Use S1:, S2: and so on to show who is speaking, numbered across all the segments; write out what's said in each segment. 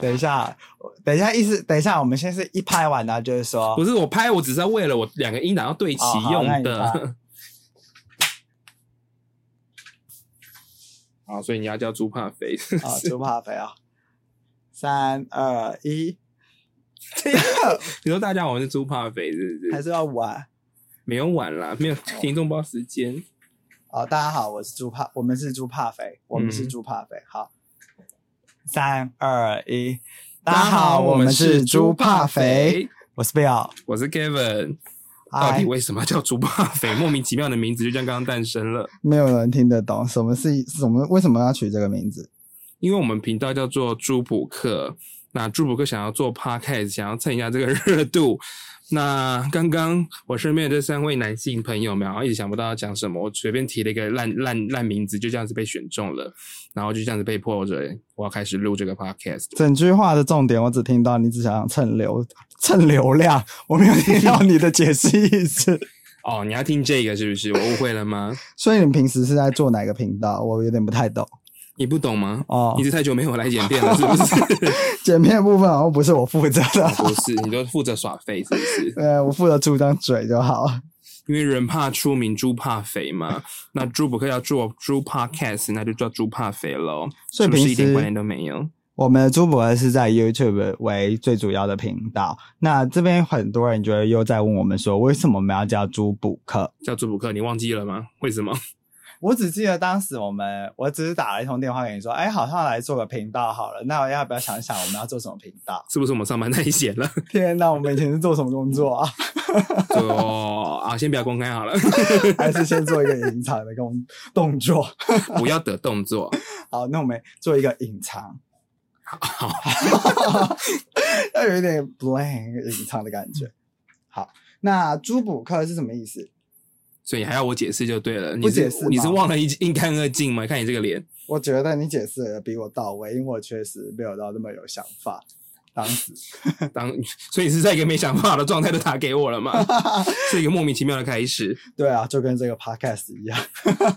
S1: 等一下，等一下，意思等一下，我们先是一拍完的、啊，就是说
S2: 不是我拍，我只是为了我两个音档要对齐
S1: 哦好那
S2: 用
S1: 你
S2: 的。
S1: 拍
S2: 好，所以你要叫猪怕肥。
S1: 啊，猪怕肥啊，三二一，
S2: 你说大家好，我是猪怕肥，是不
S1: 还
S2: 是？
S1: 是要玩
S2: 没有晚啦，没有听众包时间。
S1: 哦，大家好，我是猪怕，我们是猪怕肥，我们是
S2: 嗯
S1: 猪怕肥。好，三二一，
S2: 大
S1: 大家好，我们是猪怕肥，
S2: 肥，
S1: 我是 Bill，
S2: 我是 Kevin。到
S1: 嗨
S2: 底，为什么叫猪怕肥？ 莫名其妙的名字就这样刚刚诞生了。
S1: 没有人听得懂什么是什么，为什么要取这个名字？
S2: 因为我们频道叫做朱普克，那朱普克想要做 podcast，想要蹭一下这个 热度。那刚刚我身边的这三位男性朋友们，然后一直想不到要讲什么，我随便提了一个烂烂烂名字，就这样子被选中了，然后就这样子被迫着我要开始录这个 podcast。
S1: 整句话的重点，我只听到你只想蹭流 蹭流量，我没有听到你的解释意思。
S2: 哦，你要听这个是不是？我误会了吗？
S1: 所以你平时是在做哪个频道？我有点不太懂
S2: 你不懂吗？
S1: 哦
S2: 你。是太久没有来剪片了，是不是？
S1: 剪片部分好像不是我负责的，
S2: 不是，你都负责耍废，是不是？
S1: 呃，我负责出张嘴就好。
S2: 因为人怕出名，猪怕肥嘛。那猪不克要做猪 podcast，那就叫猪怕肥喽。
S1: 所以
S2: 是不
S1: 平时
S2: 是一点关联都没有？
S1: 我们的主播是在 YouTube 为最主要的频道，那这边很多人就会又在问我们说，为什么我们要叫猪补课？
S2: 叫猪补克，你忘记了吗？为什么？
S1: 我只记得当时我们，我只是打了一通电话给你说，哎，好像来做个频道好了，那要不要想想我们要做什么频道？
S2: 是不是我们上班太闲了？
S1: 天哪，我们以前是做什么工作啊？
S2: 就啊，先不要公开好了，
S1: 还是先做一个隐藏的工动作？
S2: 不要的动作。
S1: 好，那我们做一个隐藏，
S2: 好，
S1: 要有一点 blank 隐藏的感觉。好，那猪补课是什么意思？
S2: 所以还要我解释就对了。你
S1: 不
S2: 是
S1: 解释吗
S2: 你是忘了一一干二净吗？看你这个脸，
S1: 我觉得你解释的比我到位，因为我确实没有到那么有想法。当时，
S2: 当 所以是在一个没想法的状态就打给我 了嘛，是一个莫名其妙的开始。
S1: 对啊，就跟这个 podcast 一样。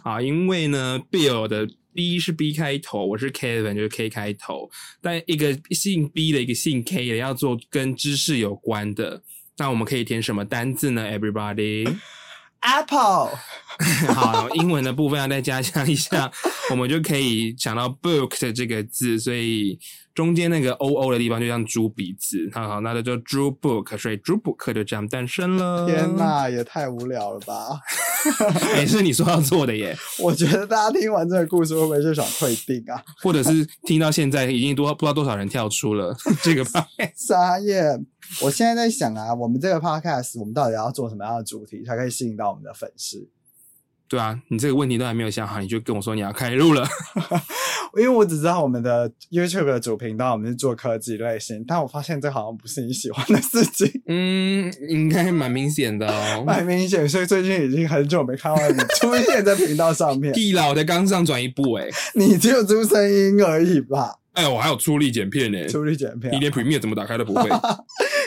S2: 啊，因为呢，Bill 的 B 是 B 开头，我是 Kevin 就是 K 开头，但一个姓 B 的，一个姓 K 的，要做跟知识有关的。那我们可以填什么单字呢？Everybody，
S1: Apple，
S2: 好，英文的部分要再加强一下，我们就可以想到 book 的这个字，所以中间那个 o o 的地方就像猪鼻子，好好，那就叫猪 book，所以猪 book 就这样诞生了。
S1: 天！ 哪，也太无聊了吧！
S2: 哎、是你说要做的耶，
S1: 我觉得大家听完这个故事，会不会就想退订啊？
S2: 或者是听到现在已经多不知道多少人跳出 了这个 podcast
S1: 傻眼！我现在在想啊，我们这个 podcast，我们到底要做什么样的主题，才可以吸引到我们的粉丝？
S2: 对啊，你这个问题都还没有想好，你就跟我说你要开 录了。
S1: 因为我只知道我们的 YouTube 的主频道，我们是做科技类型，但我发现这好像不是你喜欢的事情。
S2: 嗯，应该蛮明显的哦。
S1: 蛮明显，所以最近已经很久没看到你出现在频道上 面，
S2: 地老的刚上转一步、欸，
S1: 你只有出声音而已吧？
S2: 哎，我还有出力剪片呢、
S1: 出力啊剪片
S2: 你连 Premiere 怎么打开都不 会。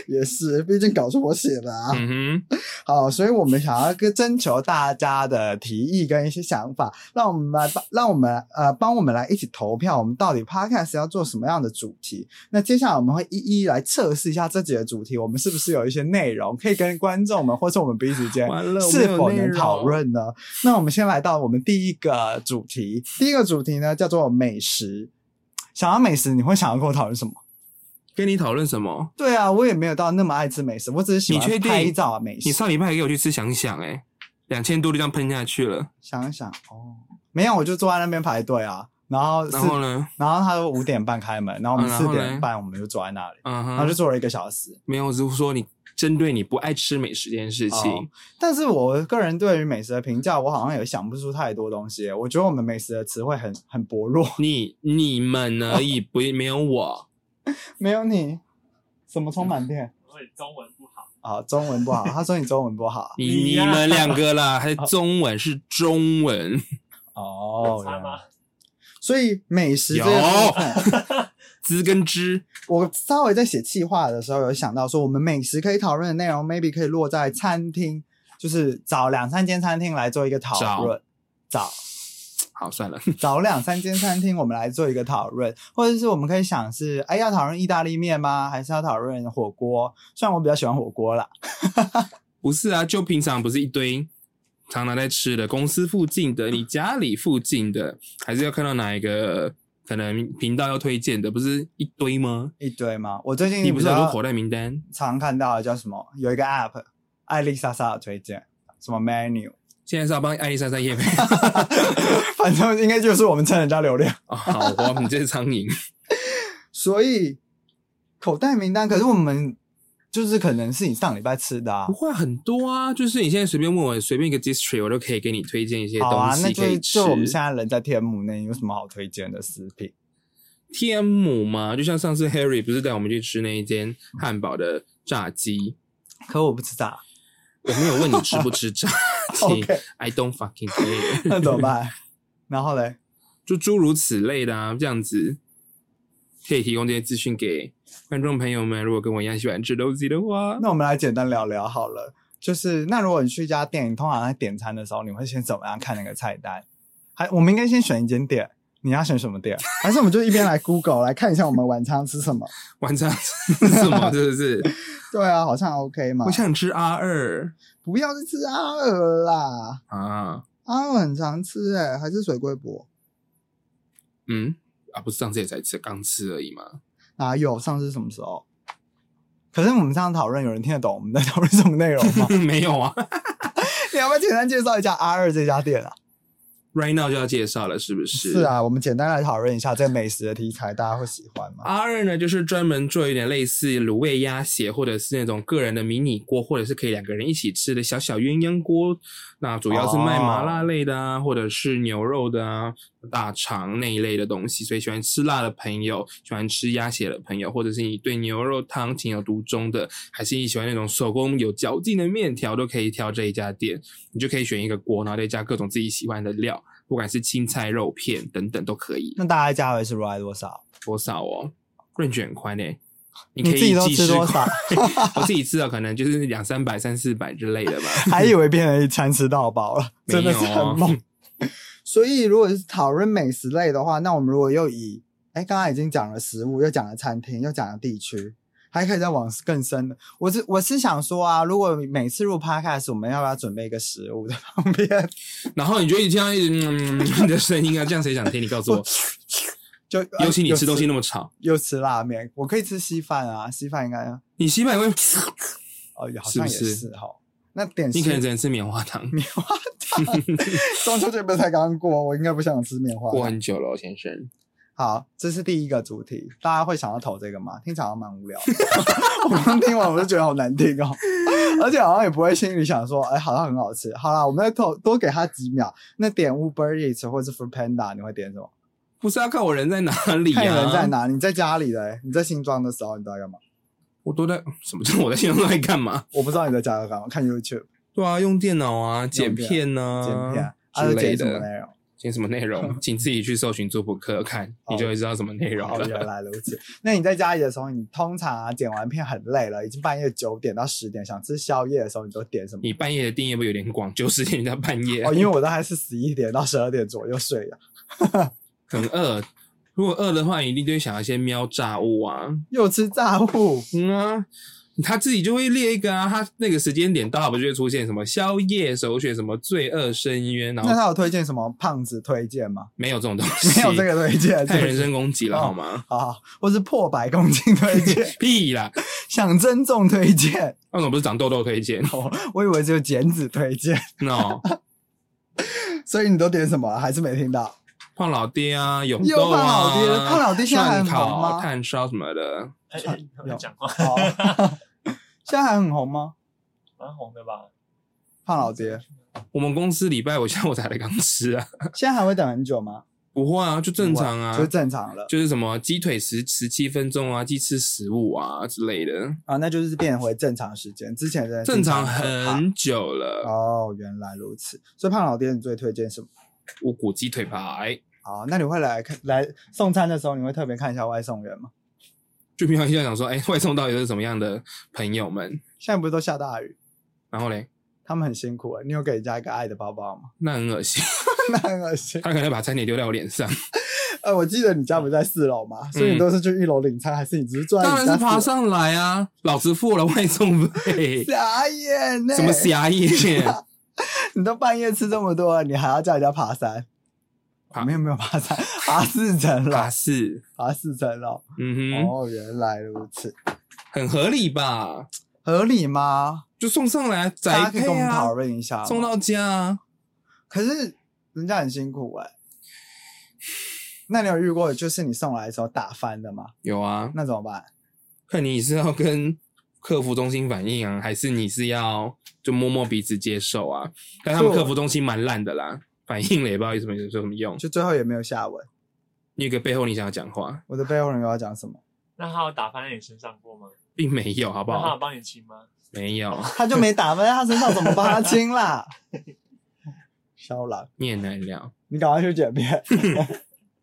S1: 也是，毕竟稿是我写的啊。
S2: 嗯哼，
S1: 好，呃所以我们想要跟征求大家的提议跟一些想法，让我们来帮，让我们呃帮我们来一起投票，我们到底 podcast 要做什么样的主题？那接下来我们会一一来测试一下这几个主题，我们是不是有一些内容可以跟观众们或是我们彼此间
S2: 完了
S1: 是否能讨？论呢？那我们先来到我们第一个主题，第一个主题呢叫做美食。想要美食，你会想要跟我讨论什么？
S2: 跟你讨论什么？
S1: 对啊，我也没有到那么爱吃美食，我只是喜
S2: 你确
S1: 欢
S2: 定
S1: 拍照啊美
S2: 你
S1: 食。
S2: 上礼拜还给我去吃想想、欸，哎，两千多就这样喷下去了。
S1: 想一想哦，没有，我就坐在那边排队啊。然后是，
S2: 然
S1: 然后
S2: 后呢？
S1: 他说五点半开门，然后我们
S2: 嗯然
S1: 四
S2: 后嘞
S1: 点半我们就坐在那里，
S2: 嗯
S1: 然后就
S2: 哼，
S1: 坐了一个小时。
S2: 没有，我只是说你针对你不爱吃美食这件事情。
S1: 哦但是我个人对于美食的评价，我好像也想不出太多东西。我觉得我们美食的词汇很 很薄弱，
S2: 你你们而已，不没有我。
S1: 没有你，什么充满电？
S3: 所以中文不好，
S1: 啊，中文不好，他说你中文不好。
S2: 你
S3: 你
S2: 你
S3: 呀哦
S2: 们 两个啦，还中文是中文。
S1: 哦
S3: 差吗？
S1: 所以美食这
S2: 有
S1: 个部分，
S2: 知跟知，
S1: 我稍微在写企划的时候有想到说，我们美食可以讨论的内容，maybe 可以落在餐厅，就是找两三间餐厅来做一个讨论，找
S2: 好算了，
S1: 找两三间餐厅，我们来做一个讨论，或者是我们可以想是，哎，要讨论意大利面吗？还是要讨论火锅？虽然我比较喜欢火锅啦，
S2: 不是啊，就平常不是一堆常常在吃的，公司附近的，你家里附近的，还是要看到哪一个可能频道要推荐的，不是一堆吗？
S1: 一堆吗？我最近
S2: 你不
S1: 比
S2: 是很多
S1: 较
S2: 口袋名单，
S1: 常看到的叫什么？有一个 app，艾丽莎莎的推荐，什么 menu，
S2: 现在是要帮艾丽莎莎夜配
S1: 反正应该就是我们蹭人家流量。
S2: 哦，好哇，你这是苍蝇，
S1: 所以口袋名单，可是我们就是可能是你上礼拜吃的啊
S2: 不。会很多啊，就是你现在随便问我随便一个 district，我都可以给你推荐一些
S1: 好
S2: 东
S1: 啊，那
S2: 西
S1: 就
S2: 可以
S1: 是
S2: 吃。
S1: 就我们现在人在天母那有什么好推荐的食品？
S2: 天母嘛，就像上次 Harry 不是带我们去吃那一间汉堡的炸鸡，
S1: 可我不知道。
S2: 我没有问你吃不吃炸 鸡
S1: OK，
S2: ，I don't fucking
S1: 那
S2: care，
S1: 怎么办？然后嘞，
S2: 就诸如此类的啊，这样子可以提供这些资讯给观众朋友们。如果跟我一样喜欢吃东西的话，
S1: 那我们来简单聊聊好了。就是那如果你去一家店，你通常在点餐的时候，你会先怎么样看那个菜单？还我们应该先选一间店，你要选什么 店？还是我们就一边来 Google 来看一下我们晚餐吃什么？
S2: 晚餐吃 什么？是不是？
S1: 对啊，好像 OK 嘛
S2: 我。想吃 R 二
S1: 不要再吃阿尔啦，
S2: 啊，
S1: 阿尔很常吃哎、还是水龟脖。
S2: 嗯啊，不是上次也才吃，刚吃而已嘛。
S1: 哪有？上次是什么时候？可是我们这样讨论，有人听得懂我们在讨论什么内容 吗？
S2: 没有啊
S1: 你要不要简单介绍一下 R 二这家店啊？
S2: ，Right now 就要介绍了，是不是？
S1: 是啊，我们简单来讨论一下这美食的题材，大家会喜欢吗？
S2: R 二呢，就是专门做有点类似卤味鸭血，或者是那种个人的迷你锅，或者是可以两个人一起吃的小小鸳鸯锅。那主要是卖麻辣类的啊，或者是牛肉的啊、大肠那一类的东西。所以喜欢吃辣的朋友，喜欢吃鸭血的朋友，或者是你对牛肉汤情有独钟的，还是你喜欢那种手工有嚼劲的面条，都可以挑这一家店。你就可以选一个锅，然后再加各种自己喜欢的料，不管是青菜、肉片等等都可以。
S1: 那大概价位是 right 多少？
S2: 多少哦？range 很宽诶，你
S1: 你
S2: 可以
S1: 自己都
S2: 计
S1: 吃
S2: 时
S1: 多
S2: 块？
S1: 少？
S2: 我自己吃了，可能就是两三百、三四百之类的吧。
S1: 还以为变成一餐吃到饱了，真的是
S2: 没有哦
S1: 很猛。所以如果是讨论美食类的话，那我们如果又以哎，刚刚已经讲了食物，又讲了餐厅，又讲了地区，还可以再往更深的。我是我是想说啊，如果每次录 podcast，我们要不要准备一个食物在旁边？
S2: 然后你就一听到一直嗯嗯嗯的声音啊，这样谁想听？你告诉我，
S1: 就
S2: 尤其你吃东西
S1: 又
S2: 那么吵，
S1: 又吃拉面，我可以吃稀饭啊，稀饭应该哦，
S2: 你洗碗会，
S1: 好像也
S2: 是不是
S1: 是哈。那点
S2: 你
S1: 心
S2: 可能只能吃棉花糖。
S1: 中秋节不是才刚过，我应该不想吃棉花。
S2: 过很久了哦，先生。
S1: 好，这是第一个主题，大家会想要投这个吗？听起来好像蛮无聊的。 我刚听完我就觉得好难听哦，而且好像也不会心里想说，哎、好像很好吃。好啦，我们再投多给他几秒。那点 Uber Eats 或者是 Food Panda，你会点什么？
S2: 不是要看我人在哪里
S1: 看
S2: 呀、
S1: 你人在哪？你在家里嘞？你在新庄的时候你都在干嘛？
S2: 我都在什么？就是我在现在都在干嘛？
S1: 我不知道你在家里干嘛，看 YouTube
S2: 对啊，用电脑啊，剪片啊，
S1: 剪片，还、
S2: 之
S1: 是
S2: 类
S1: 剪什么
S2: 的。
S1: 内容？
S2: 剪什么内容？请自己去搜寻做博客看，你就会知道什么内容
S1: 哦，
S2: 了。
S1: 原来如此。那你在家里的时候，你通常啊剪完片很累了，已经半夜九点到十点，想吃宵夜的时候，你都点什么？
S2: 你半夜的定义会不会有点广？九十点到半夜，
S1: 哦，因为我大概是十一点到十二点左右睡的，
S2: 很饿。如果饿的话，你一定就会想要先瞄炸物啊，
S1: 又吃炸物，
S2: 嗯啊，他自己就会列一个啊，他那个时间点到，不就会出现什么宵夜首选，什么罪恶深渊，然
S1: 那
S2: 后
S1: 他有推荐什么胖子推荐 吗？
S2: 没有这种东西，
S1: 没有这个推 荐，
S2: 太人
S1: 是
S2: 身攻击了
S1: 哦
S2: 好吗？，
S1: 啊，或是破百公斤推荐
S2: 屁啦，
S1: 想增重推荐，
S2: 那种不是长痘痘推荐
S1: 哦，我以为只有减脂推 荐，
S2: ，no，
S1: 所以你都点什么？还是没听到？
S2: 胖老爹啊，永
S1: 又
S2: 豆
S1: 胖
S2: 啊，
S1: 老爹了胖老爹现在还
S2: 蒜
S1: 很红
S2: 烤、
S1: 吗
S2: 炭烧什么的，
S3: 哎， 哎他们讲话
S1: 哦，现在还很红吗？
S3: 蛮红的吧？
S1: 胖老 爹，
S2: 我们公司礼拜我下午才来刚吃啊，
S1: 现在还会等很久吗？
S2: 不会啊，就正常啊，
S1: 就正常了
S2: 就是什么鸡腿十十七分钟啊，鸡翅十五啊之类的，
S1: 啊，那就是变回正常时间，之前真的是
S2: 正常
S1: 可怕
S2: 很久了。
S1: 哦，原来如此。所以胖老爹，你最推荐什么？
S2: 五谷鸡腿排，
S1: 哦，那你会来看来送餐的时候，你会特别看一下外送人吗？
S2: 就平常一下想说，哎、外送到底是什么样的朋友们？
S1: 现在不是都下大雨，
S2: 然后嘞，
S1: 他们很辛苦欸你有给人家一个爱的抱抱吗？
S2: 那很恶心，
S1: 那很恶心。
S2: 他可能把餐点丢在我脸上，
S1: 呃，我记得你家不是在四楼嘛，所以
S2: 嗯
S1: 你都是去一楼领餐，还是你只是坐在
S2: 当
S1: 你
S2: 然
S1: 家
S2: 是
S1: 四
S2: 爬
S1: 楼？，
S2: 上来啊，老子付了外送费
S1: 傻眼呢、
S2: 什么？狭义？
S1: 啊你都半夜吃这么多了，你还要叫人家爬山？
S2: 爬
S1: 没有没有爬山，爬四层
S2: 卡
S1: 楼，
S2: 士，
S1: 爬四层楼。
S2: 啊嗯哼，
S1: 哦，原来如此，
S2: 很合理吧？
S1: 合理吗？
S2: 就送上来
S1: 大
S2: 宅
S1: 家可以
S2: 配
S1: 跟我们
S2: 啊
S1: 讨，论一下吗。
S2: 送到家啊。
S1: 可是人家很辛苦哎、那你有遇过就是你送来的时候打翻的吗？
S2: 有啊，
S1: 那怎么办？
S2: 看你是要跟客服中心反映啊，还是你是要就摸摸鼻子接受啊？但他们
S1: 就
S2: 客服中心蛮烂的啦，反应了也不知道有什么有什么用。
S1: 就最后也没有下文。
S2: 你有个背后你想要讲话，
S1: 我的背后人又要讲什么？
S3: 那他有打翻在你身上过吗？
S2: 并没有，好不
S3: 那他有
S2: 好？
S3: 帮你亲吗？
S2: 没有，
S1: 他就没打翻，他身上怎么帮他清啦？肖郎，
S2: 你也难聊。
S1: 你赶快去剪片。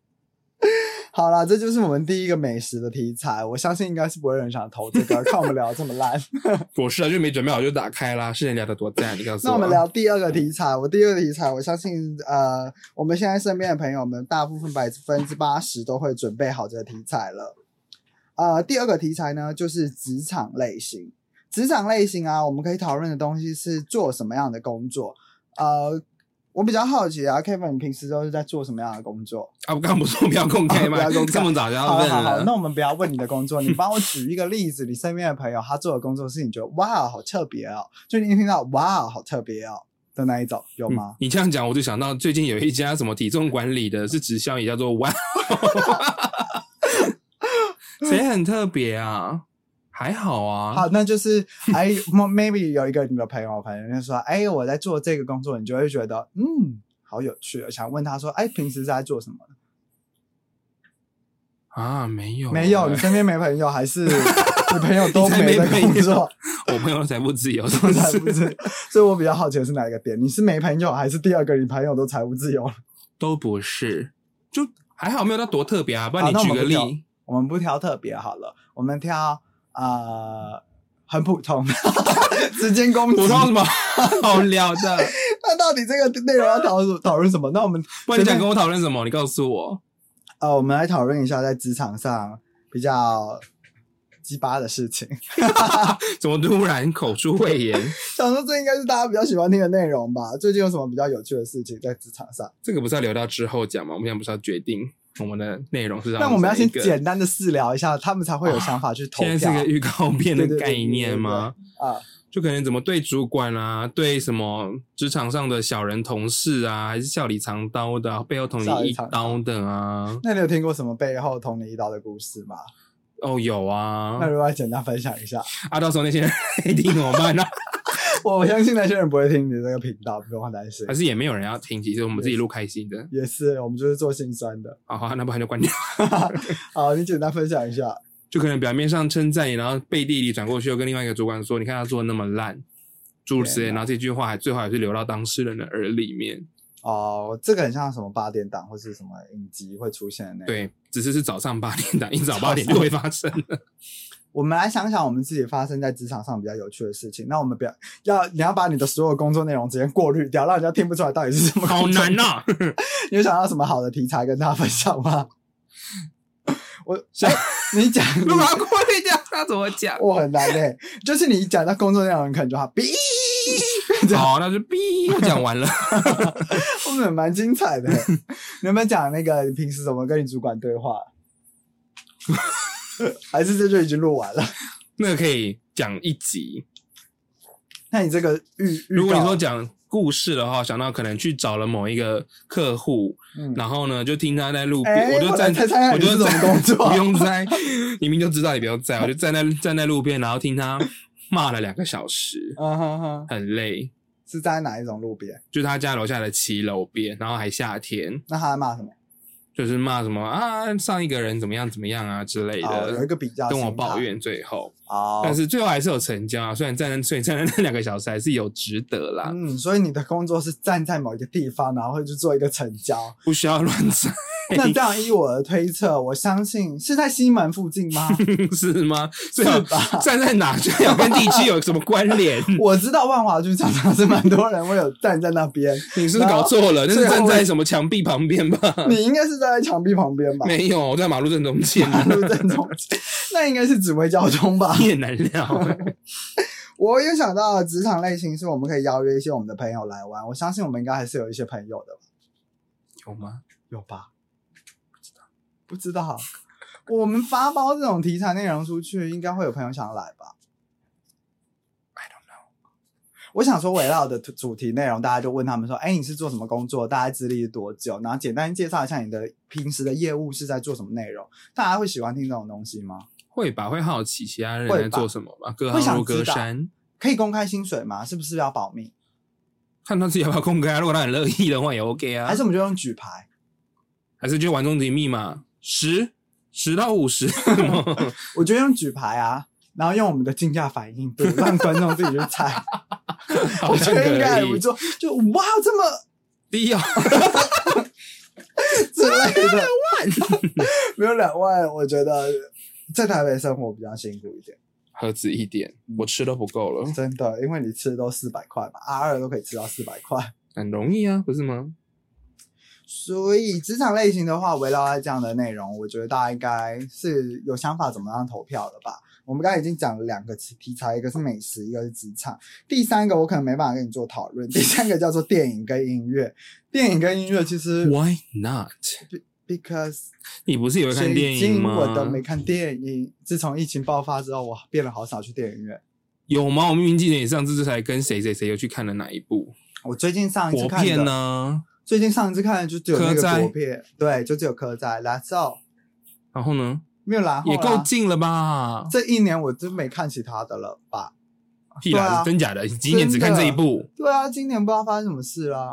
S1: 好啦，这就是我们第一个美食的题材。我相信应该是不会有人想投这个，看我们聊得这么烂。
S2: 我是啊，就没准备好就打开啦。是人聊的多赞，你告诉
S1: 那我们聊第二个题材。我第二个题材，我相信呃，我们现在身边的朋友们，大部分百分之八十都会准备好这个题材了。呃，第二个题材呢，就是职场类型。职场类型啊，我们可以讨论的东西是做什么样的工作。呃，我比较好奇啊，Kevin，你平时都是在做什么样的工作？
S2: 啊，我刚刚不是说不要公开吗？
S1: 啊不要公开
S2: 这么早就
S1: 好了
S2: 要问啊
S1: 好好，那
S2: 了。
S1: 我们不要问你的工作，你帮我举一个例子，你身边的朋友他做的工作是你觉得哇好特别哦，就你一听到哇好特别哦的那一种，有吗？
S2: 嗯你这样讲，我就想到最近有一家什么体重管 理的，是直销，也叫做 Wow，谁很特别啊？还好啊，
S1: 好，那就是 哎 mo-，maybe 有一个你的朋友，朋友就说，哎，我在做这个工作，你就会觉得，嗯，好有趣哦。想问他说，哎，平时是在做什么？
S2: 啊，没有，
S1: 没有，
S2: 欸
S1: 你身边没朋友，还是 你朋友都
S2: 你才没
S1: 在
S2: 朋
S1: 工
S2: 友
S1: 作？
S2: 我朋友财务自由，是
S1: 我
S2: 不
S1: 才
S2: 是
S1: 不 是，所以我比较好奇的是哪一个点？你是没朋友，还是第二个你朋友都财务自由了？
S2: 都不是，就还好没有到多特别啊。不然你
S1: 好那
S2: 举
S1: 我
S2: 个
S1: 们不
S2: 例，
S1: 我们不挑特别好了，我们挑呃很普通， 直接攻击
S2: 我。说什么好聊的？
S1: 那到底这个内容要讨论讨论什么？那我们
S2: 不然你想跟我讨论什么？你告诉我。
S1: 呃，我们来讨论一下在职场上比较鸡巴的事情。
S2: 怎么突然口出秽言？
S1: 想说这应该是大家比较喜欢听的内容吧？最近有什么比较有趣的事情在职场上？
S2: 这个不是要留到之后讲吗？我们现在不是要决定我们的内容是让
S1: 那我们要
S2: 怎
S1: 先
S2: 一个
S1: 简单的试聊一下，他们才会有想法去投
S2: 现在
S1: 票
S2: 是个预告片的
S1: 对对对
S2: 概念吗？
S1: 啊。
S2: 就可能怎么对主管啊，对什么职场上的小人同事啊，还是笑里藏刀的啊、背后捅
S1: 笑
S2: 你
S1: 里
S2: 一
S1: 藏
S2: 刀的啊？
S1: 那你有听过什么背后捅你一刀的故事吗？
S2: 哦，有啊
S1: 那，如果要简单分享 一下，
S2: 啊，到时候那些人一定怎么 办呢、
S1: 我相信那些人不会听你这个频道，不用担心
S2: 还。是也没有人要听，其实我们自己录开心的。
S1: 也是，我们就是做心酸的。
S2: 好好，那不然就关掉。
S1: 好，你简单分享一下。
S2: 就可能表面上称赞你，然后背地里转过去又跟另外一个主管说：“你看他做的那么烂。”诸如此类，
S1: 天哪
S2: 然后这句话还最后还是流到当事人的耳里面。
S1: 哦，这个很像什么八点档或是什么影集会出现的那种。
S2: 对，只是是早上八点打，一早八点就会发生了。
S1: 我们来想想我们自己发生在职场上比较有趣的事情。那我们不要要你要把你的所有工作内容直接过滤掉，让人家听不出来到底是什么。
S2: 好难！啊呐、
S1: 你有想到什么好的题材跟大家分享吗？我哎，你讲，你
S2: 如果要过滤掉，那怎么 讲？
S1: 我很难嘞、就是你讲到工作内容，你可能 就哈哔，
S2: 好，那就哔，我讲完了。
S1: 我们蛮精彩的、你有没有讲那个你平时怎么跟你主管对话？ 还是这就已经录完了？
S2: 那个可以讲一集。
S1: 那你这个预预
S2: 如果你
S1: 告
S2: 说讲故事的话，想到可能去找了某一个客户，
S1: 嗯
S2: 然后呢，就听他在路边，
S1: 哎
S2: 我就
S1: 我
S2: 站，
S1: 来猜猜看
S2: 我就
S1: 你是
S2: 站
S1: 怎么工作
S2: 不用猜，明明就知道 你不用猜，我就站在站在路边，然后听他骂了两个小时，
S1: 嗯哼哼，
S2: 很累。
S1: 是在哪一种路边？
S2: 就他家楼下的骑楼边，然后还夏天，
S1: 那他在骂什么？
S2: 就是骂什么啊上一个人怎么样怎么样啊之类
S1: 哦，有一
S2: 的，
S1: 个比较
S2: 跟我
S1: 心态
S2: 抱怨最后，
S1: 哦，
S2: 但是最后还是有成交啊，虽然站在虽然站在那两个小时还是有值得啦，
S1: 嗯，所以你的工作是站在某一个地方，然后去做一个成交。
S2: 不需要乱猜
S1: 那这样依我的推测，我相信是在西门附近 吗？
S2: 是吗？
S1: 是
S2: 最好
S1: 吧？
S2: 站在哪就要跟地区有什么关联？
S1: 啊 我知道万华剧场常是蛮多人会有站在那边，
S2: 你是不是搞错了？那是
S1: 最后
S2: 站在什么墙壁旁边吧？
S1: 你应该是站在墙壁旁边吧？
S2: 嗯没有，我在马路正中间
S1: 马 路正中间，那应该是指挥交通吧？
S2: 一言难料。欸
S1: 我也想到职场类型是我们可以邀约一些我们的朋友来玩，我相信我们应该还是有一些朋友的吧，
S2: 有吗？
S1: 有吧？不知道，不知道。我们发包这种题材内容出去，应该会有朋友想来吧？我想说，围绕的主题内容，大家就问他们说：“哎，你是做什么工作？大概资历多久？然后简单介绍一下你的平时的业务是在做什么内容。”大家会喜欢听这种东西吗？
S2: 会吧，会好奇其他人
S1: 会吧
S2: 在做什么吧？隔
S1: 会
S2: 行
S1: 想
S2: 如隔
S1: 知道
S2: 山，
S1: 可以公开薪水吗？是不是要保密？
S2: 看他自己要不要公开啊。如果他很乐意的话，也 OK 啊。
S1: 还是我们就用举牌？
S2: 还是就玩终极密码十十到五十，
S1: 我觉得用举牌啊，然后用我们的竞价反应度，让观众自己去猜。
S2: 好
S1: 我觉
S2: 像
S1: 得应该
S2: 可
S1: 还不
S2: 以。
S1: 错。就哇，这么
S2: 第一哦，
S1: 之类 的，两万没有两万，我觉得在台北生活比较辛苦一点，
S2: 盒子一点，我吃都不够了，
S1: 真的，因为你吃都四百块嘛，R 二都可以吃到四百块。
S2: 很容易啊，不是吗？
S1: 所以职场类型的话，围绕在这样的内容，我觉得大家应该是有想法怎么样投票了吧？我们刚才已经讲了两个题材，一个是美食，一个是职场。第三个我可能没办法跟你做讨论。第三个叫做电影跟音乐。电影跟音乐其实
S2: Why not？
S1: because
S2: 你不是也会看电
S1: 最
S2: 影
S1: 近
S2: 吗？
S1: 我都没看电影。自从疫情爆发之后，我变得好少去电影院。
S2: 有吗？我明明记得你上次才跟谁谁谁又去看了哪一部
S1: 我最近上一次
S2: 国
S1: 看
S2: 片
S1: 的，
S2: 啊呢？
S1: 最近上一次看的就只有那
S2: 蚵仔
S1: 个国片，对，就只有科仔。然后
S2: 然后呢？
S1: 没有然后啊
S2: 也够
S1: 啦
S2: 近了吧？
S1: 这一年我真没看其他的了吧？
S2: 屁啦，
S1: 对啊
S2: 真假的？你今年只看这一部，
S1: 对啊，今年不知道发生什么事啦。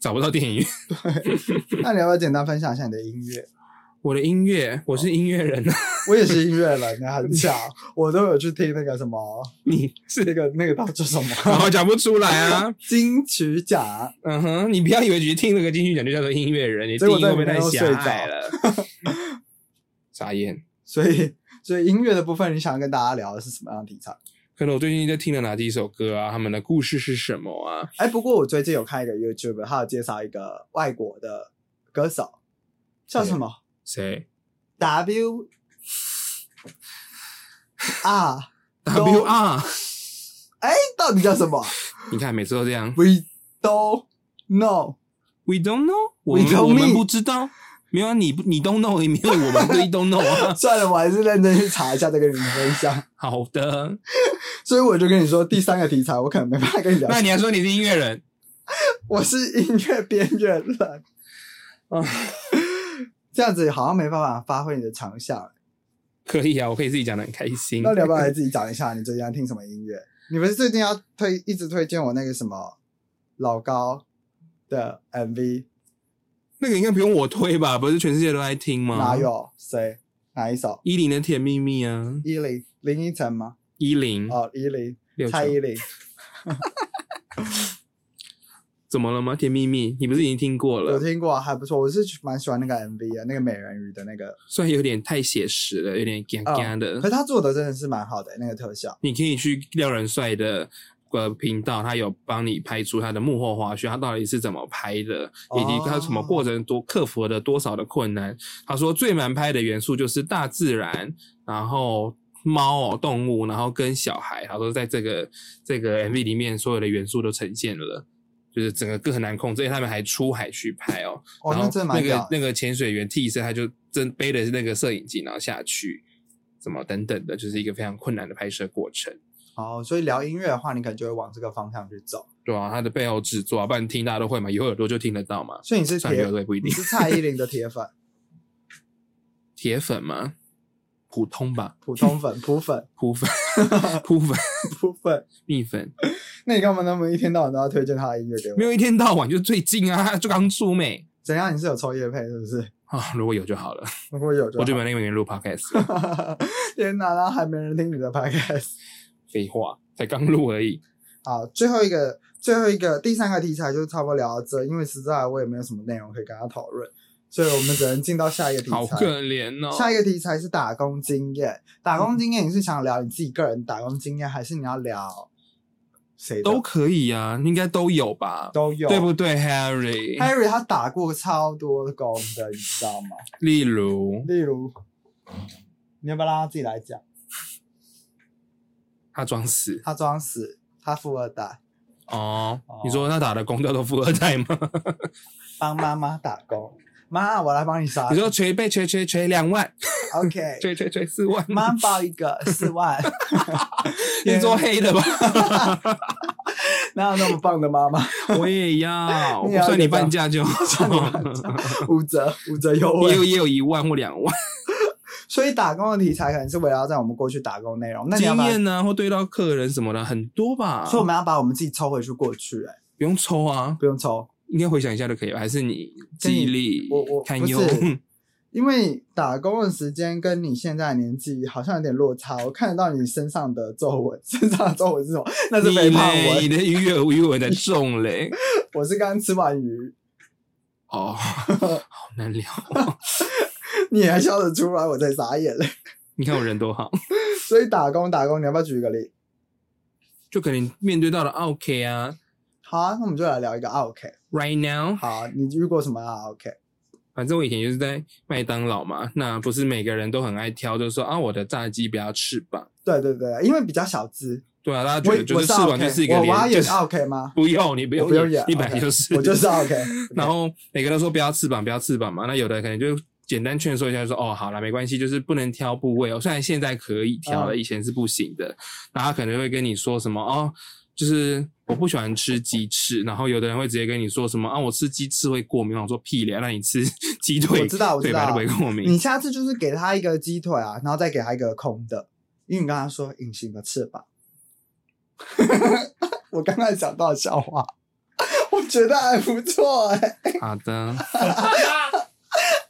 S2: 找不到电影院。
S1: 那你要不要简单分享一下你的音乐？
S2: 我的音乐，我是音乐人，啊
S1: 我也是音乐人，你很巧，我都有去听那个什么，
S2: 你
S1: 那
S2: 是，
S1: 个那个叫做什
S2: 然
S1: 么
S2: 后讲不出来啊。
S1: 金曲奖。
S2: 嗯哼，你不要以为只是听了个金曲奖就叫做音乐人，你定
S1: 所以我
S2: 义
S1: 在
S2: 会
S1: 里
S2: 不
S1: 面
S2: 会太
S1: 都
S2: 狭
S1: 睡着
S2: 隘了？ 傻眼。
S1: 所以，所以音乐的部分，你想要跟大家聊的是什么样的题材？
S2: 可能我最近在听了哪几首歌啊？他们的故事是什么啊？
S1: 哎，不过我最近有看一个 YouTube，他有介绍一个外国的歌手，叫什么
S2: 谁
S1: W R？
S2: ？W R？
S1: 哎，到底叫什么
S2: 你看每次都这样。
S1: ？We don't know。
S2: We don't know，我
S1: We
S2: 们
S1: don't
S2: 我们
S1: mean
S2: 不知道。没有啊，你不你 don't know 也没有我们 we don't know 啊。
S1: 算了，我还是认真去查一下再跟你们分享。
S2: 好 的，
S1: 所以我就跟你说，第三个题材我可能没办法跟你聊。
S2: 那你还说你是音乐人？
S1: 我是音乐边缘人，
S2: 啊，
S1: 这样子好像没办法发挥你的长项。
S2: 可以啊，我可以自己讲的很开心。
S1: 那你要不要来自己讲一下你最近要听什么音乐？你不是最近要推一直推荐我那个什么老高的 MV？、
S2: 那个应该不用我推吧？不是全世界都在听吗？
S1: 哪？有谁哪一首？
S2: 依林的甜蜜蜜啊，
S1: 依林林依晨吗？
S2: 依林
S1: 哦，依林
S2: 嗯六九
S1: 蔡依林。
S2: 怎么了吗？甜蜜蜜，你不是已经听过
S1: 有
S2: 了？
S1: 听过，还不错。我是蛮喜欢那个 MV 的，那个美人鱼的那个，
S2: 虽然有点太写实了，有点干干的。
S1: 可是他做的真的是蛮好的，那个特效。
S2: 你可以去廖仁帅的呃频道，他有帮你拍出他的幕后花絮，他到底是怎么拍的，
S1: 哦
S2: 以及他什么过程多克服了多少的困难。他说最难拍的元素就是大自然，然后。猫哦，动物，然后跟小孩，他说在这个这个 MV 里面所有的元素都呈现了，就是整个更很难控制，而且他们还出海去拍哦，
S1: 哦，
S2: 然
S1: 那
S2: 后
S1: 真的
S2: 那
S1: 蛮屌
S2: 个
S1: 的。
S2: 那个潜水员替身，他就真背的是那个摄影机，然后下去，怎么等等的，就是一个非常困难的拍摄过程。
S1: 哦，所以聊音乐的话，你可能就会往这个方向去走。
S2: 对啊，他的背后制作啊，不然听大家都会嘛，有耳朵就听得到嘛。
S1: 所以你是
S2: 算有
S1: 铁
S2: 耳朵，也不一
S1: 你
S2: 定。
S1: 是蔡依林的铁粉、
S2: 铁粉嘛，普通吧，
S1: 普通粉、普粉、
S2: 扑粉、扑粉、
S1: 普粉。
S2: 蜜粉，
S1: 那你干嘛那么一天到晚都要推荐他的音乐给我
S2: 没？有一天到晚就最近啊，就刚出美
S1: 怎样？你是有抽夜配是不是？
S2: 啊，如果有就好了，
S1: 如果有就
S2: 我就
S1: 好
S2: 没那个人录 podcast。
S1: 天哪，然后还没人听你的 podcast。
S2: 废话，才刚录而已。
S1: 好，最后一个，最后一个，第三个题材就差不多聊到这，因为实在我也没有什么内容可以跟他讨论，所以我们只能进到下一个题材。
S2: 好嗯可怜哦。
S1: 下一个题材是打工经验。打工经验，你是想聊你自己个人打工经验，还是你要聊谁的
S2: 都可以啊，应该都有吧？
S1: 都有，
S2: 对不对，Harry？
S1: ？Harry 他打过超多工的，你知道吗？
S2: 例如，
S1: 例如，你要不要让他自己来讲？
S2: 他装死
S1: 他装死，他富二代，
S2: 哦
S1: 哦。
S2: 你说他打的工叫做富二代吗？
S1: 帮妈妈打工。妈，我来帮你杀
S2: 你。说捶背捶捶捶两万，
S1: OK，
S2: 捶捶捶四万，
S1: 妈抱一 个四万。
S2: 你做黑的吧？
S1: 哪有那么棒的妈妈？
S2: 我也要，
S1: 你也要
S2: 算
S1: 一
S2: 你
S1: 个吧
S2: 半价就
S1: 算 你半五折，五折优
S2: 也有
S1: 惠。
S2: 也有一万或两万
S1: 所以打工的题材可能是围绕在我们过去打工内容。那你要
S2: 经
S1: 把，
S2: 验啊呢，或对到客人什么的很多吧，
S1: 所以我们要把我们自己抽回去过去、哎，
S2: 不用抽啊，
S1: 不用抽。
S2: 应该回想一下就可以了。还是你记忆力
S1: 我我
S2: 堪
S1: 不
S2: 忧？
S1: 是因为打工的时间跟你现在的年纪好像有点落差，我看得到你身上的皱纹，身上的皱纹是什么？那是
S2: 你
S1: 肥胖
S2: 嘞，
S1: 纹。
S2: 你的鱼尾鱼尾在重 嘞。
S1: 我是刚吃完鱼，
S2: 哦，好难聊 哦。
S1: 你还笑得出来，我在傻眼嘞。
S2: 你看我人多好，
S1: 所以打工打工，你要不要举一个例？
S2: 就可能面对到了 OK 啊
S1: 好啊，那我们就来聊一个 OK。
S2: ，right now。
S1: 好啊，你遇过什么 OK？
S2: 反正我以前就是在麦当劳嘛，那不是每个人都很爱挑，就说啊，我的炸鸡不要翅膀。
S1: 对对对，因为比较小资，
S2: 对啊，大家觉
S1: 我
S2: 得就
S1: 我
S2: 是
S1: 是
S2: 翅膀就是一
S1: OK，我
S2: 个
S1: 我要
S2: 脸，就
S1: 演
S2: 是
S1: OK 吗？
S2: 不用你不
S1: 我
S2: 用
S1: 不用演，
S2: 你本来
S1: OK，
S2: 就是，
S1: 我就是 OK。
S2: 然后每个人都说不要翅膀，不要翅膀嘛，那有的可能就简单劝说一下，就说哦，好啦，没关系，就是不能挑部位哦。虽然现在可以挑
S1: 嗯
S2: 了，以前是不行的。然后他可能会跟你说什么哦，就是我不喜欢吃鸡翅。然后有的人会直接跟你说什么啊，我吃鸡翅会过敏。我想说屁咧，那你吃鸡腿，
S1: 我知道我知
S2: 对
S1: 道
S2: 吧？
S1: 嗯
S2: 就不会过敏
S1: 你。下次就是给他一个鸡腿啊，然后再给他一个空的，因为你刚刚说隐形的翅 膀。 我刚才想到的笑话，我觉得还不错哎、
S2: 好的，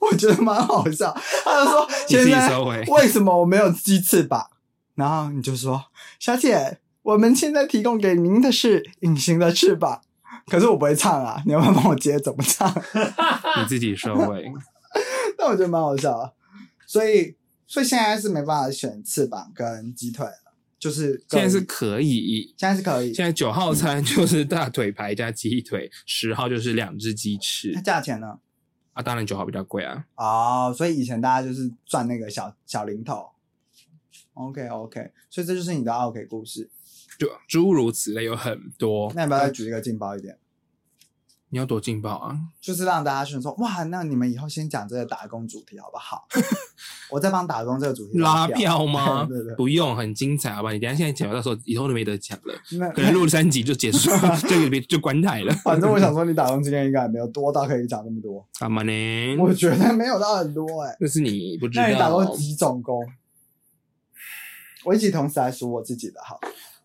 S1: 我觉得蛮好笑。他就说
S2: 你
S1: 现
S2: 自己
S1: 在
S2: 收回。
S1: 为什么我没有鸡翅膀？然后你就说小姐，我们现在提供给您的是隐形的翅膀，可是我不会唱啊，你要不要帮我接怎么唱？
S2: 你自己收回，
S1: 但我觉得蛮好笑的。所以，所以现在是没办法选翅膀跟鸡腿了，就是
S2: 现
S1: 跟
S2: 在是可以。
S1: 现在是可以，
S2: 现在九号餐 就是大腿排加鸡腿，十号就是两只鸡翅
S1: 那。价钱呢？
S2: 啊，当然九号比较贵啊。
S1: 哦，所以以前大家就是赚那个小小零头。OK OK，所以这就是你的 OK 故事。
S2: 就诸如此类有很多。
S1: 那要不要再举一个劲爆一点？
S2: 你要多劲爆啊！
S1: 就是让大家去说，哇，那你们以后先讲这个打工主题好不好？ 我再帮打工这个主题
S2: 拉
S1: 票。
S2: 票吗？
S1: 对对对
S2: 不用，很精彩，好吧？你等一下现在讲，到时候以后都没得讲了，
S1: 那
S2: 可能录了三集就结束， 了，就别就关台了。
S1: 反正我想说，你打工经验应该也没有多到可以讲那么多，
S2: 干嘛呢？
S1: 我觉得没有到很多哎、
S2: 那是你不知
S1: 那你打过
S2: 道
S1: 几种工？我一起同时来数我自己的好。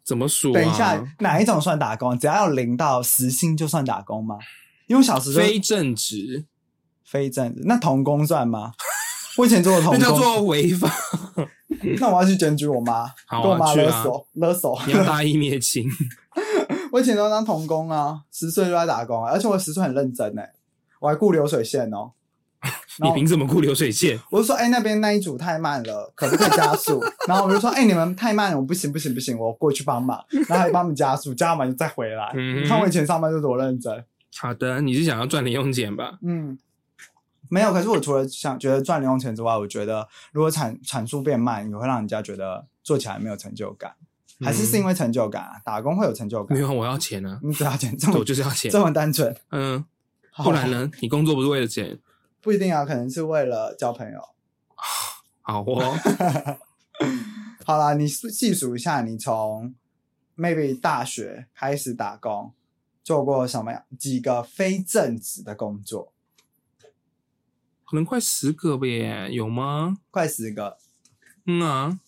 S2: 怎么数啊？
S1: 等一下，哪一种算打工？只要有零到时薪就算打工吗？因为我小时候
S2: 非正职，
S1: 非正职，那童工算吗？我以前做过童
S2: 那
S1: 工，
S2: 叫做违法。
S1: 那我要去检举我妈，
S2: 好啊
S1: 跟我妈
S2: 去
S1: 勒
S2: 啊
S1: 索勒索。
S2: 你要大义 灭亲，
S1: 我以前都当童工啊，十岁就在打工、啊，而且我十岁很认真哎、我还雇流水线哦。然
S2: 你
S1: 后
S2: 凭什么雇流水线？
S1: 我就说，哎、那边那一组太慢了，可不可以加速？然后我就说，哎、你们太慢了，我不行不行不行，我过去帮忙，然后还帮他们加速，加完就再回来。
S2: 嗯
S1: 你看我以前上班就多认真，
S2: 好的，你是想要赚零用钱吧？
S1: 嗯，没有。可是我除了想觉得赚零用钱之外，我觉得如果产产出变慢，也会让人家觉得做起来没有成就感，还是是因为成就感啊？打工会有成就感
S2: 嗯没，有，我要钱啊！
S1: 你只要钱这
S2: 我
S1: 么
S2: 就是要钱
S1: 嗯这。么单纯，
S2: 嗯，
S1: 好
S2: 不然呢？你工作不是为了钱？
S1: 不一定啊，可能是为了交朋友。
S2: 好哦。
S1: 好啦，你数细数一下，你从 maybe 大学开始打工，做过什么样几个非正职的工作？
S2: 可能快十个吧耶，有吗？
S1: 快十个，
S2: 嗯啊。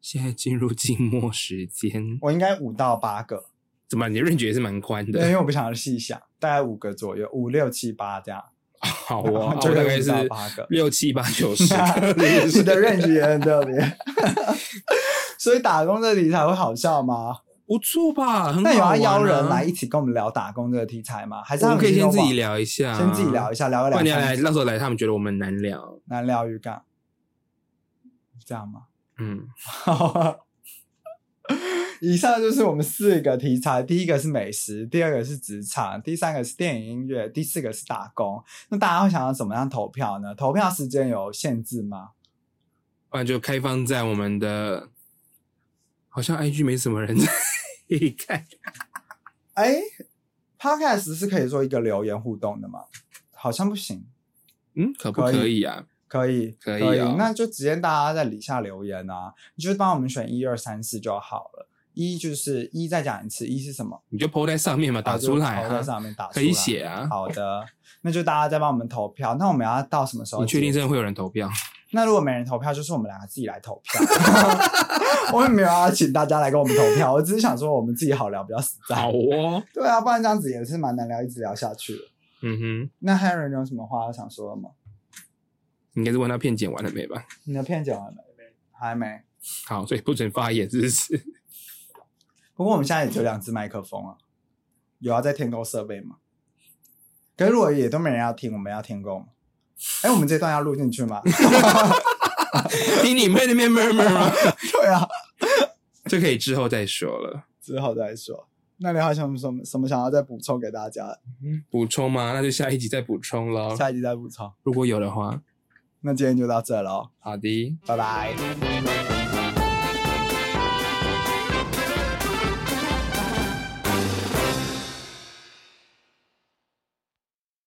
S2: 现在进入静默时间，
S1: 我应该五到八个，
S2: 怎么你的 range 也是蛮宽
S1: 对，因
S2: 的？
S1: 为我不想细想。大概五个左右，五六七八这样。
S2: 好
S1: 然后
S2: 哦，
S1: 就
S2: 我大
S1: 认
S2: 概
S1: 识
S2: 是
S1: 到八个
S2: 六七八九十
S1: 你的认识也很特别， 所以打工这个题材会好笑吗？
S2: 不错吧？很好
S1: 那有要邀
S2: 玩啊
S1: 人来，一起跟我们聊打工这个题材吗？还是
S2: 我
S1: 他
S2: 们
S1: 们
S2: 可以
S1: 已经
S2: 先
S1: 有
S2: 自己
S1: 网，
S2: 聊一下，
S1: 先自己聊一
S2: 下。
S1: 下，聊个
S2: 不然你
S1: 两
S2: 要啊来，
S1: 三
S2: 到时候来，他们觉得我们难聊。
S1: 难聊鱼干，这样吗？
S2: 嗯，
S1: 以上就是我们四个题材，第一个是美食，第二个是职场，第三个是电影音乐，第四个是打工。那大家会想要怎么样投票呢？投票时间有限制吗？
S2: 不然就开放在我们的，好像 IG 没什么人在 看。
S1: 哎，Podcast 是可以做一个留言互动的吗？好像不行，
S2: 嗯，可不
S1: 可以
S2: 可以啊？
S1: 可以，
S2: 可以
S1: 以，
S2: 哦
S1: 那就直接大家在底下留言啊，你就帮我们选一二三四就好了。一就是一，再讲一次，一是什么？
S2: 你就 PO 在上面嘛，打
S1: 啊就
S2: 出来
S1: 投在
S2: 啊，
S1: 上面打出
S2: 可
S1: 来，
S2: 以写啊。
S1: 好的，那就大家再帮我们投票。那我们要到什么时候？
S2: 你确定？真的会有人投票？
S1: 那如果没人投票，就是我们两个自己来投 票。 我也没有要请大家来跟我们投票，我只是想说我们自己 好聊比较实
S2: 好
S1: 在。
S2: 哦，
S1: 对啊，不然这样子也是蛮难聊，一直聊下去的。
S2: 嗯哼，
S1: 那 Henry 你有什么话要想说的吗？
S2: 应该是问他片剪完了没吧？
S1: 你的片剪完了没？还没。
S2: 好，所以不准发言，是不是？
S1: 不过我们现在也只有两只麦克风啊，有要再添购设备吗？可是如果也都没人要听，我们要添购吗？哎，我们这段要录进去吗？
S2: 听你妹那边 murmur 吗？
S1: 对啊，
S2: 这可以之后再说了。
S1: 之后再说。那你还有什么什么什么想要再补充给大家的？
S2: 补充吗？那就下一集再补充喽。
S1: 下一集再补充。
S2: 如果有的话，
S1: 哦那今天就到这喽，
S2: 好的。
S1: 拜拜。